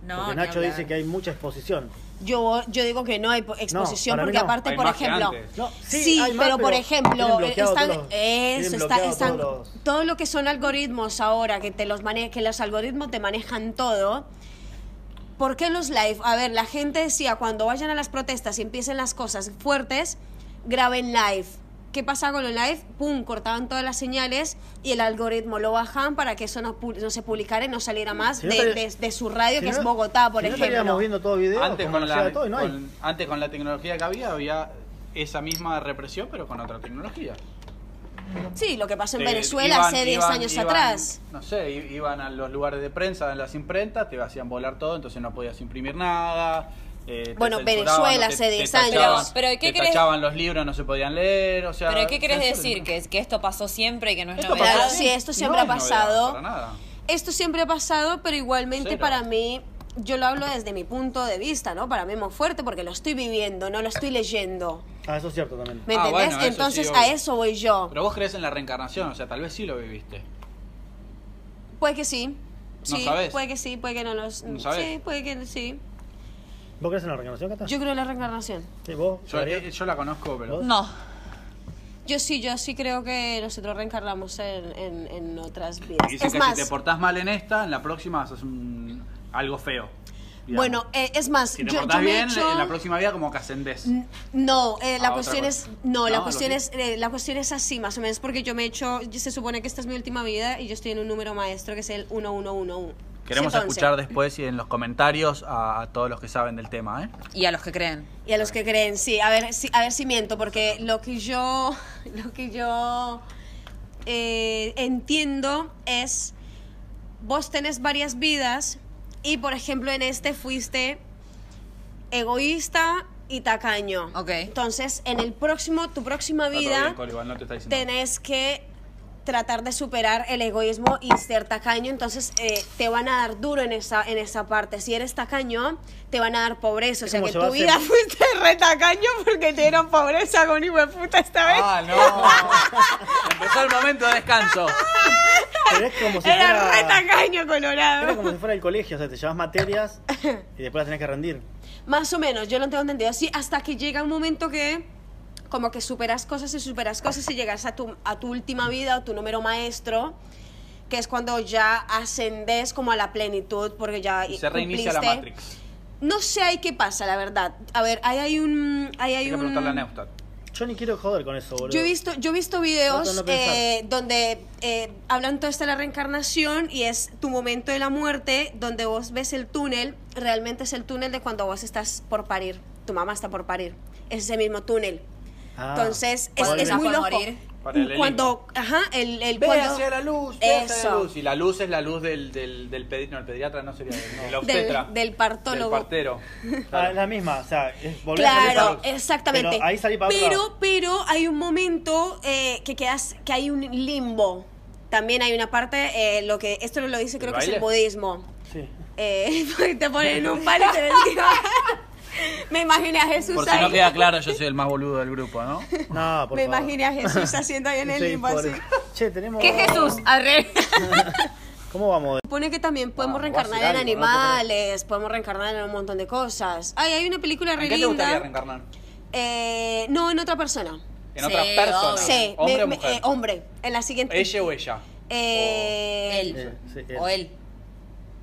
S1: No,
S3: Porque
S1: ni
S3: Nacho
S1: hablar.
S3: dice que hay mucha exposición.
S4: Yo, yo digo que no hay po- exposición
S3: para mí
S4: porque
S3: no.
S4: aparte,
S2: Hay
S4: por
S2: más que
S4: ejemplo,
S2: antes.
S3: No,
S4: sí,
S3: hay más,
S4: pero, por
S3: tienen
S4: ejemplo,
S3: bloqueado
S4: están,
S3: todos los- tienen
S4: eso, está-
S3: bloqueado
S4: están-
S3: todos los-
S4: todo lo que son algoritmos ahora, que te los mane- que los algoritmos te manejan todo. ¿Por qué los live? A ver, la gente decía, cuando vayan a las protestas y empiecen las cosas fuertes, graben live. ¿Qué pasa con los live? Pum, cortaban todas las señales y el algoritmo lo bajaban para que eso no, pu- no se publicara y no saliera más
S3: Si no
S4: de,
S3: estaría-
S4: de- de su radio,
S3: Si
S4: que
S3: no-
S4: es Bogotá, por
S3: si No
S4: ejemplo.
S3: estaríamos viendo todos videos,
S2: Antes
S3: como
S2: con,
S3: llegaba
S2: la,
S3: todo y no hay.
S2: con- antes con la tecnología que había, había esa misma represión, pero con otra tecnología.
S4: Sí, lo que pasó en
S2: Eh,
S4: Venezuela
S2: iban-
S4: hace 10
S2: iban-
S4: años
S2: iban,
S4: atrás.
S2: No sé, i- iban a los lugares de prensa, en las imprentas, te hacían volar todo, entonces no podías imprimir nada. eh, te
S4: Bueno,
S2: censuraban,
S4: Venezuela
S2: no te-
S4: hace
S2: te
S4: 10 años.
S2: tachaban-
S1: Pero, ¿pero ¿qué
S2: te
S1: crees?
S2: tachaban los libros, no se podían leer, o sea...
S1: Pero ¿qué querés
S2: censura,
S1: decir?
S2: ¿no?
S1: ¿Que, que esto pasó siempre y que no es
S2: Esto
S1: novedad.
S2: pasó
S4: Claro, sí, esto siempre
S2: no
S4: ha
S2: es novedad,
S4: pasado.
S2: para nada.
S4: Esto siempre ha pasado, pero igualmente
S2: Cero.
S4: para mí, yo lo hablo desde mi punto de vista, ¿no? Para mí es muy fuerte porque lo estoy viviendo, no lo estoy leyendo.
S3: Ah, eso es cierto también.
S4: ¿Me
S2: Ah,
S4: entendés?
S2: bueno, eso
S4: Entonces
S2: sí,
S4: a
S2: obvio.
S4: eso voy yo.
S2: Pero vos crees en la reencarnación, o sea, tal vez sí lo viviste.
S4: Puede que sí. Sí,
S2: sabés.
S4: puede que sí, puede que no los.
S2: No sabés.
S4: Sí, puede que sí.
S3: ¿Vos crees en la reencarnación, Cata?
S4: Yo creo en la reencarnación.
S3: Sí, vos.
S2: Yo,
S3: Gabriel.
S2: eh, yo la conozco, pero...
S3: ¿Vos?
S1: No.
S4: Yo sí, yo sí creo que nosotros reencarnamos en, en- en otras vidas.
S2: Dicen
S4: es
S2: que
S4: más,
S2: si te portás mal en esta, en la próxima haces un, algo feo. digamos.
S4: bueno, eh, es más,
S2: si te
S4: yo,
S2: portás
S4: yo me he
S2: bien,
S4: hecho- Mm,
S2: en la próxima vida como que ascendés.
S4: No, eh, la
S2: Ah, otra
S4: cuestión
S2: cosa.
S4: es no,
S2: No,
S4: la
S2: algo
S4: cuestión
S2: así.
S4: es eh, la cuestión es así más o menos porque yo me he hecho se supone que esta es mi última vida y yo estoy en un número maestro que es el 1111.
S2: Queremos
S4: 111.
S2: escuchar después y en los comentarios a, a todos los que saben del tema, ¿eh?
S1: Y a los que creen.
S4: y a los que creen, sí, a ver si a ver si miento porque lo que yo lo que yo eh, entiendo es vos tenés varias vidas y por ejemplo en este fuiste egoísta y tacaño.
S1: Ok.
S4: Entonces, en el próximo, tu próxima
S2: Está todo
S4: vida,
S2: bien, Colo, igual no te está diciendo.
S4: tenés que tratar de superar el egoísmo y ser tacaño, entonces eh, te van a dar duro en esa, en esa parte. Si eres tacaño, te van a dar pobreza. O
S3: Es
S4: sea
S3: como
S4: que tu
S3: llevarse-
S4: vida fuiste re tacaño porque te dieron pobreza con hijo de puta esta vez.
S2: Ah, no. Empezó el momento de descanso.
S3: Pero es como si
S4: Era re
S3: fuera...
S4: tacaño
S3: Era
S4: colorado.
S3: como si fuera el colegio, o sea, te llevas materias y después las tenés que rendir.
S4: Más o menos, yo lo tengo entendido así, hasta que llega un momento que como que superas cosas y superas cosas y llegas a tu, a tu última vida o tu número maestro, que es cuando ya ascendes como a la plenitud, porque ya
S2: Y se reinicia la
S4: cumpliste.
S2: Matrix.
S4: No sé ahí qué pasa, la verdad. A ver, ahí hay un... Ahí hay
S2: Hay que
S4: un...
S2: preguntarle a Neustad.
S3: Yo ni quiero joder con eso, boludo.
S4: Yo he visto, yo he visto videos
S3: Trato de no pensar.
S4: eh, donde eh, hablan todo esto de la reencarnación y es tu momento de la muerte, donde vos ves el túnel, realmente es el túnel de cuando vos estás por parir, tu mamá está por parir, es ese mismo túnel.
S3: Ah.
S4: Entonces es,
S1: Cuando
S4: es
S1: estás
S4: muy
S1: por
S4: loco.
S1: morir.
S2: Paralelismo.
S4: Cuando, ajá, el, el
S2: Ve
S4: cuando-
S2: hacia la luz, ve hacia la
S4: Eso.
S2: luz. Y la luz es la luz del, del, del pedi- no, el pediatra no sería del, el obstetra.
S4: del, del partólogo.
S2: Del partero.
S3: Ah, es la misma, o sea, es volver a salir
S4: Claro,
S3: para-
S4: exactamente.
S3: Pero ahí salí para otro
S4: pero,
S3: lado.
S4: pero hay un momento eh, que quedas, que hay un limbo. También hay una parte, eh, lo que esto lo dice creo
S2: ¿El
S4: que es el
S2: baile?
S4: budismo.
S3: Sí.
S4: Eh, porque te ponen en un palo y te desvían. Me imaginé a Jesús
S2: Por si
S4: ahí.
S2: no queda claro, yo soy el más boludo del grupo, ¿no?
S3: No, por
S4: Me
S3: favor.
S4: imaginé a Jesús haciendo ahí en el
S3: Sí,
S4: limbo
S3: por-
S4: así.
S3: Che, tenemos...
S1: ¿Qué Jesús? Arre.
S3: ¿Cómo vamos?
S4: Supone que también podemos
S2: Ah,
S4: reencarnar
S2: voy a
S4: en
S2: hacer algo, ¿no?
S4: animales, podemos reencarnar en un montón de cosas. Ay, hay una película re
S2: ¿En qué te gustaría
S4: linda.
S2: reencarnar?
S4: Eh, no, en otra persona.
S2: En
S1: Sí,
S2: otras personas.
S1: obvio.
S4: Sí,
S2: ¿Hombre
S4: me-
S2: o
S4: me-
S2: mujer?
S4: eh, hombre. En la siguiente.
S2: ¿Ella o ella?
S4: Eh,
S1: Él.
S3: Sí, sí, él.
S1: O él.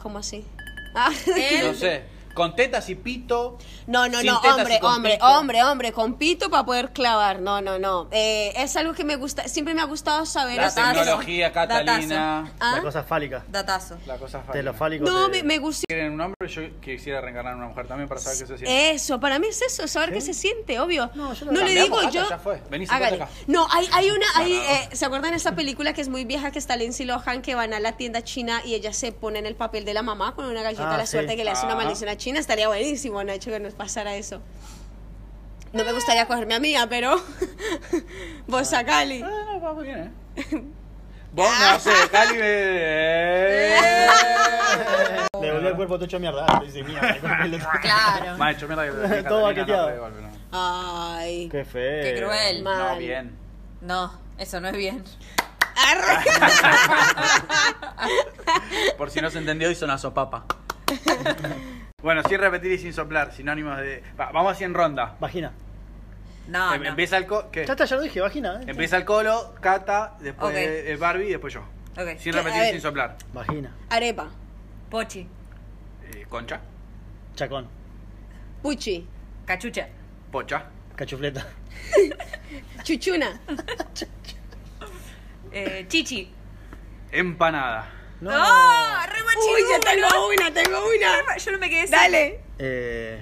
S4: ¿Cómo así? Ah.
S1: Él.
S2: No sé. Con tetas y pito.
S4: No, no,
S2: sin
S4: no,
S2: tetas y
S4: hombre,
S2: con
S4: hombre,
S2: pito.
S4: hombre, hombre, con pito para poder clavar. No, no, no. Eh, es algo que me gusta, siempre me ha gustado saber.
S2: La
S1: Datazo.
S2: tecnología, Catalina.
S4: ¿Ah?
S3: La cosa fálica.
S1: Datazo.
S2: La cosa fácil.
S3: De los fálicos.
S4: No,
S3: te-
S4: me, me gusta
S2: quieren un hombre, yo quisiera reencarnar en una mujer también para saber qué se siente.
S4: eso. Para mí es eso, saber qué se siente, obvio. No,
S3: yo no-
S4: le
S2: Cambiamos
S4: digo
S2: data,
S4: yo.
S2: ya fue. Vení, sentate
S4: hágale.
S2: acá.
S4: No, hay, hay una, hay,
S2: No, no.
S4: eh, ¿se acuerdan de esa película que es muy vieja que está Lindsay Lohan que van a la tienda china y ella se pone en el papel de la mamá con una galleta
S3: Ah,
S4: a la
S3: sí.
S4: suerte que le hace una
S2: Ah.
S4: maldición a China? Estaría buenísimo, Nacho, que nos pasara eso. No me gustaría cogerme a mía, pero vos a Cali.
S2: Ah, no, vamos bien, ¿eh? Vos
S4: Ah.
S2: no sé, Cali eh. me...
S3: Le volvió el cuerpo todo hecho mierda. Ah, dice, mierda, con el pelo-
S1: Claro.
S2: Macho, mierda que- que...
S3: Todo
S2: Catalina
S3: baqueteado.
S2: no revuelve, no.
S4: Ay.
S3: Qué feo.
S1: Qué cruel.
S4: Mal.
S2: No, bien.
S1: No, eso no es bien.
S4: Arre.
S2: Por si no se entendió, hizo una sopapa. Bueno, sin repetir y sin soplar, sinónimos de... Va, vamos así en ronda.
S3: Vagina.
S4: Ah,
S1: No,
S2: Em-
S1: no.
S2: Empieza el... co- ¿Qué?
S3: Ya está, ya lo dije, vagina. eh.
S1: Em-
S2: Empieza el colo, Cata, después
S1: Ok.
S2: eh, Barbie y después yo.
S1: Ok.
S2: Sin
S4: ¿Qué? A
S2: repetir y
S4: ver.
S2: sin soplar.
S3: Vagina.
S4: Arepa.
S1: Pochi.
S2: Eh, concha,
S3: Chacón.
S4: Puchi.
S1: Cachucha.
S2: pocha,
S3: Cachufleta.
S4: Chuchuna.
S1: Eh, chichi.
S2: empanada.
S3: No.
S1: ¡Ah! ¡Re machirulo!
S4: Uy, yo tengo una, tengo una.
S1: Yo no me quedé sin-
S4: Dale.
S3: Eh,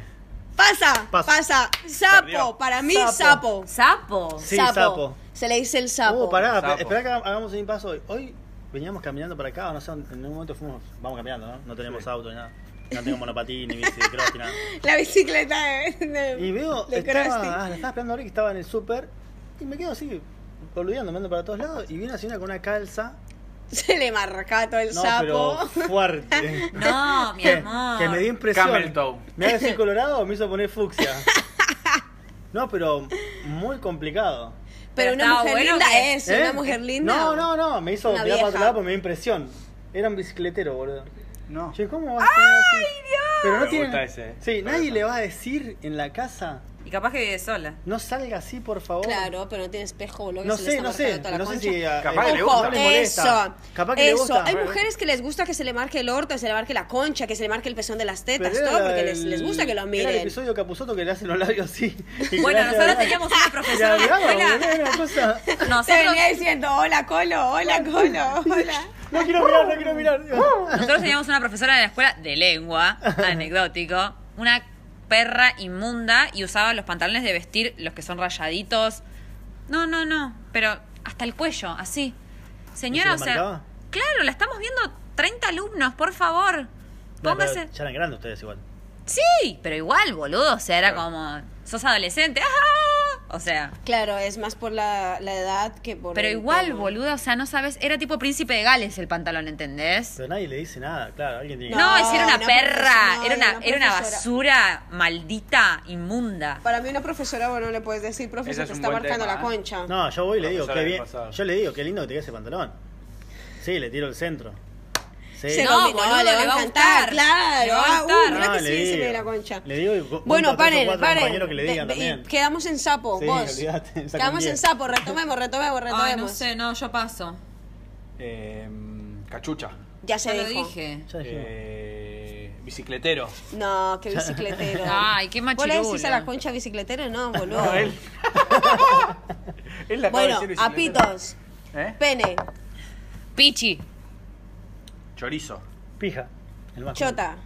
S4: Pasa,
S3: Paso.
S4: pasa. Sapo,
S2: Perdió.
S4: para mí
S3: Sapo.
S4: sapo.
S1: Sapo.
S3: Sí, sapo.
S4: Se le dice el sapo.
S3: Uh, pará,
S2: Sapo.
S3: espera que hagamos un paso hoy. Hoy veníamos caminando para acá, o no sé, en un momento fuimos, vamos caminando, ¿no? No tenemos
S2: Sí.
S3: auto ni nada. No tengo monopatín, ni bici, cross, ni nada.
S4: La bicicleta de, de-
S3: Y veo,
S4: de Krusty.
S3: estaba, ah, la estaba esperando ahora que estaba en el súper y me quedo así, boludeando, mirando para todos lados y viene así una con una calza.
S4: Se le marca todo el
S3: No,
S4: sapo.
S3: pero fuerte.
S1: No, mi
S3: que,
S1: amor.
S3: que me dio impresión.
S2: Camel toe.
S3: Me haga decir colorado me hizo poner fucsia. No, pero muy complicado.
S4: Pero
S1: Pero
S4: una
S1: estaba
S4: mujer
S1: bueno
S4: linda
S1: que-
S4: es,
S3: ¿Eh?
S4: una mujer linda.
S3: No, no, no, me hizo
S4: Una
S3: mirar para otro
S4: vieja.
S3: lado porque me dio impresión. Era un bicicletero, boludo.
S2: No.
S3: Che, ¿cómo vas a tener así? Pero no
S2: Me
S3: tiene.
S2: gusta ese, eh.
S3: Sí,
S2: Me
S3: nadie
S2: gusta.
S3: le va a decir en la casa,
S1: Y capaz que vive sola.
S3: no salga así, por favor.
S4: Claro, pero no tiene espejo, boludo. que
S3: No
S4: se
S3: sé,
S4: le está
S3: no sé,
S4: marcando toda la
S3: no sé
S4: concha.
S3: si a-
S2: Capaz que le
S4: Ojo,
S2: gusta.
S3: no le molesta.
S4: eso.
S3: Capaz que le
S4: eso.
S3: gusta.
S4: Hay mujeres que les gusta que se le marque el orto, que se le marque la concha, que se le marque el pezón de las tetas,
S3: Pero era
S4: todo, porque
S3: el-
S4: les, les gusta que lo
S3: Era el
S4: miren.
S3: episodio Capuzoto que le hacen los labios así. y
S1: Bueno,
S3: le hace
S1: nosotros
S3: hablar.
S1: teníamos una
S3: Y
S1: profesora en
S3: le
S1: la
S3: hablaba, boludo,
S1: escuela.
S3: era una cosa.
S4: Se
S1: Nosotros,
S4: venía diciendo, hola Colo, hola Colo, hola.
S3: No quiero mirar, no quiero mirar.
S1: nosotros teníamos una profesora en la escuela de lengua, anecdótico, una perra inmunda y usaba los pantalones de vestir, los que son rayaditos. No, no, no, pero hasta el cuello, así. Señora,
S3: ¿Y
S1: o
S3: se le
S1: sea,
S3: marcaba?
S1: claro, la estamos viendo 30 alumnos, por favor.
S3: No, pero
S1: Póngase.
S3: Ya eran grandes ustedes igual.
S1: Sí, pero igual, boludo. O sea, era como. Sos adolescente. ¡ah! O sea.
S4: Claro, es más por la, la edad que por.
S1: Pero
S4: el
S1: igual,
S4: tema.
S1: boludo. O sea, no sabes. Era tipo príncipe de Gales el pantalón, ¿entendés?
S3: Pero nadie le dice nada, claro. Alguien tiene que-
S1: No,
S4: No,
S1: es- era una,
S4: una
S1: perra.
S4: profesora,
S1: Era una,
S4: una
S1: era una
S4: profesora.
S1: basura maldita, inmunda.
S4: Para mí, una profesora, bueno, le puedes decir,
S5: Ese
S4: profesor,
S5: es
S4: te
S5: un
S4: está
S5: buen
S4: marcando
S5: tema,
S4: la
S5: ¿eh?
S4: concha.
S3: No, yo voy y le
S5: La
S3: digo,
S5: profesora
S3: qué
S5: del
S3: bien.
S5: pasado.
S3: Yo le digo, qué lindo que te queda ese pantalón. Sí, le tiro el centro. Sí.
S4: Se
S1: No,
S4: combinó,
S1: boludo, le va a
S4: encantar,
S1: gustar. Le
S4: Claro,
S1: va a
S4: ah,
S1: gustar.
S4: uh, mira
S3: No,
S4: que
S3: le
S4: sí, se
S3: digo.
S4: me la concha.
S3: Le digo y cu-
S4: Bueno,
S3: junto a tres o
S4: paren,
S3: cuatro
S4: paren.
S3: compañeros que le
S4: Ve-
S3: digan
S4: ve- y
S3: también.
S4: quedamos en sapo,
S3: Sí,
S4: vos.
S3: olvidate, saco un
S4: Quedamos en
S3: diez.
S4: sapo, retomemos, retomemos, retomemos.
S1: no, yo paso.
S2: Eh,
S5: Cachucha.
S4: Ya se
S1: lo
S4: dijo.
S1: dije.
S3: Ya dijimos.
S5: Eh, bicicletero.
S4: No, qué bicicletero.
S1: Ay, qué
S4: ¿Vos le decís
S1: machirulo.
S4: a la concha bicicletero? No, boludo.
S5: No, él. él le acaba
S4: Bueno,
S5: de decir bicicletero.
S4: apitos,
S5: ¿Eh?
S4: pene,
S1: Pichi.
S5: Chorizo.
S3: Pija. El más
S4: chota,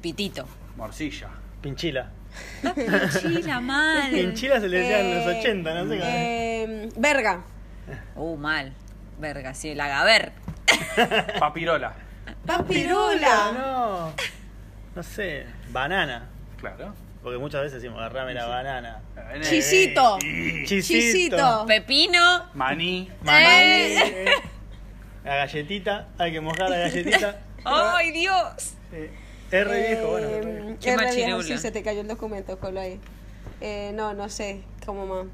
S1: Pitito.
S5: Morcilla.
S3: común. Pinchila.
S1: Pichi, la madre.
S3: Pinchila se le decía en los
S4: Eh,
S3: 80, no sé qué.
S4: eh, verga,
S1: Uh, mal. Verga, sí, el agaver.
S5: Papirola.
S4: papirula.
S3: No. No sé. Banana.
S5: Claro.
S3: Porque muchas veces decimos, agarrame la banana.
S4: Chisito. Chisito.
S1: Pepino.
S5: Maní.
S1: Eh.
S3: La galletita. Hay que mojar la galletita.
S1: ¡Ay, Dios!
S3: Eh, R viejo, bueno.
S4: Eh,
S3: R viejo.
S1: Qué
S4: R
S1: machirulo.
S4: viejo, sí, se te cayó el documento, colo ahí. Eh, no, no sé, cómo más.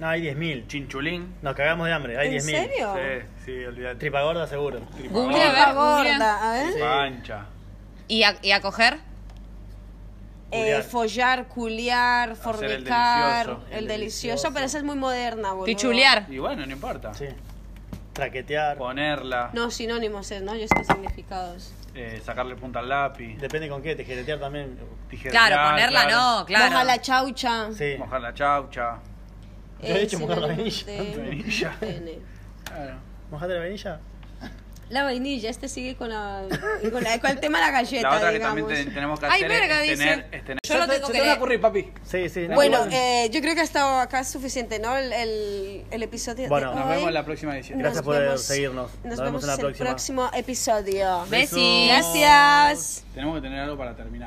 S3: No, hay 10.000.
S5: Chinchulín.
S3: Nos cagamos de hambre. Hay
S4: ¿En
S3: 10.000.
S4: serio?
S5: Sí, sí, olvídate.
S3: Tripa gorda seguro.
S1: Google,
S4: Tripa
S1: a ver, Google.
S4: gorda, a ver.
S3: Sí.
S5: Pancha.
S1: ¿Y a, y a coger?
S4: Eh,
S3: Culiar.
S4: follar, culiar,
S5: Hacer el
S4: fornicar, el delicioso,
S5: delicioso.
S3: El
S4: pero esa es muy moderna, boludo.
S1: Pichulear.
S5: Y bueno, no importa.
S3: Sí. Traquetear.
S5: Ponerla.
S4: No, sinónimos es, ¿no? Yo estoy significados.
S5: eh, sacarle punta al lápiz.
S3: Depende con qué, tijeretear también.
S5: tijeretear,
S1: Claro, ponerla no, claro.
S4: Moja la chaucha. Eh,
S3: Sí.
S5: Mojar la chaucha.
S3: Yo he dicho mojar la
S4: sinónimos
S3: vainilla.
S4: de-
S5: Vainilla.
S4: pene.
S5: Claro.
S3: ¿Mojate la vainilla?
S4: La vainilla, este sigue con, la, con, la- con el tema de la galleta,
S5: La otra que
S4: digamos.
S5: también te- tenemos que
S1: Ay,
S5: hacer
S1: verga,
S5: es,
S1: dice.
S5: tener, es tener.
S1: Yo lo
S2: se-
S1: tengo que
S2: se te va a
S1: leer.
S2: ocurrir, papi.
S3: Sí, sí. no,
S4: Bueno,
S3: igual.
S4: eh, yo creo que hasta acá es suficiente, ¿no? El, el, el episodio
S3: Bueno,
S4: de
S2: Nos
S4: hoy.
S2: vemos en la próxima edición.
S3: Gracias
S4: Nos
S3: por
S4: vemos-
S3: seguirnos.
S4: Nos, vemos, en el próximo episodio.
S1: Besis.
S4: Gracias.
S2: Tenemos que tener algo para terminar.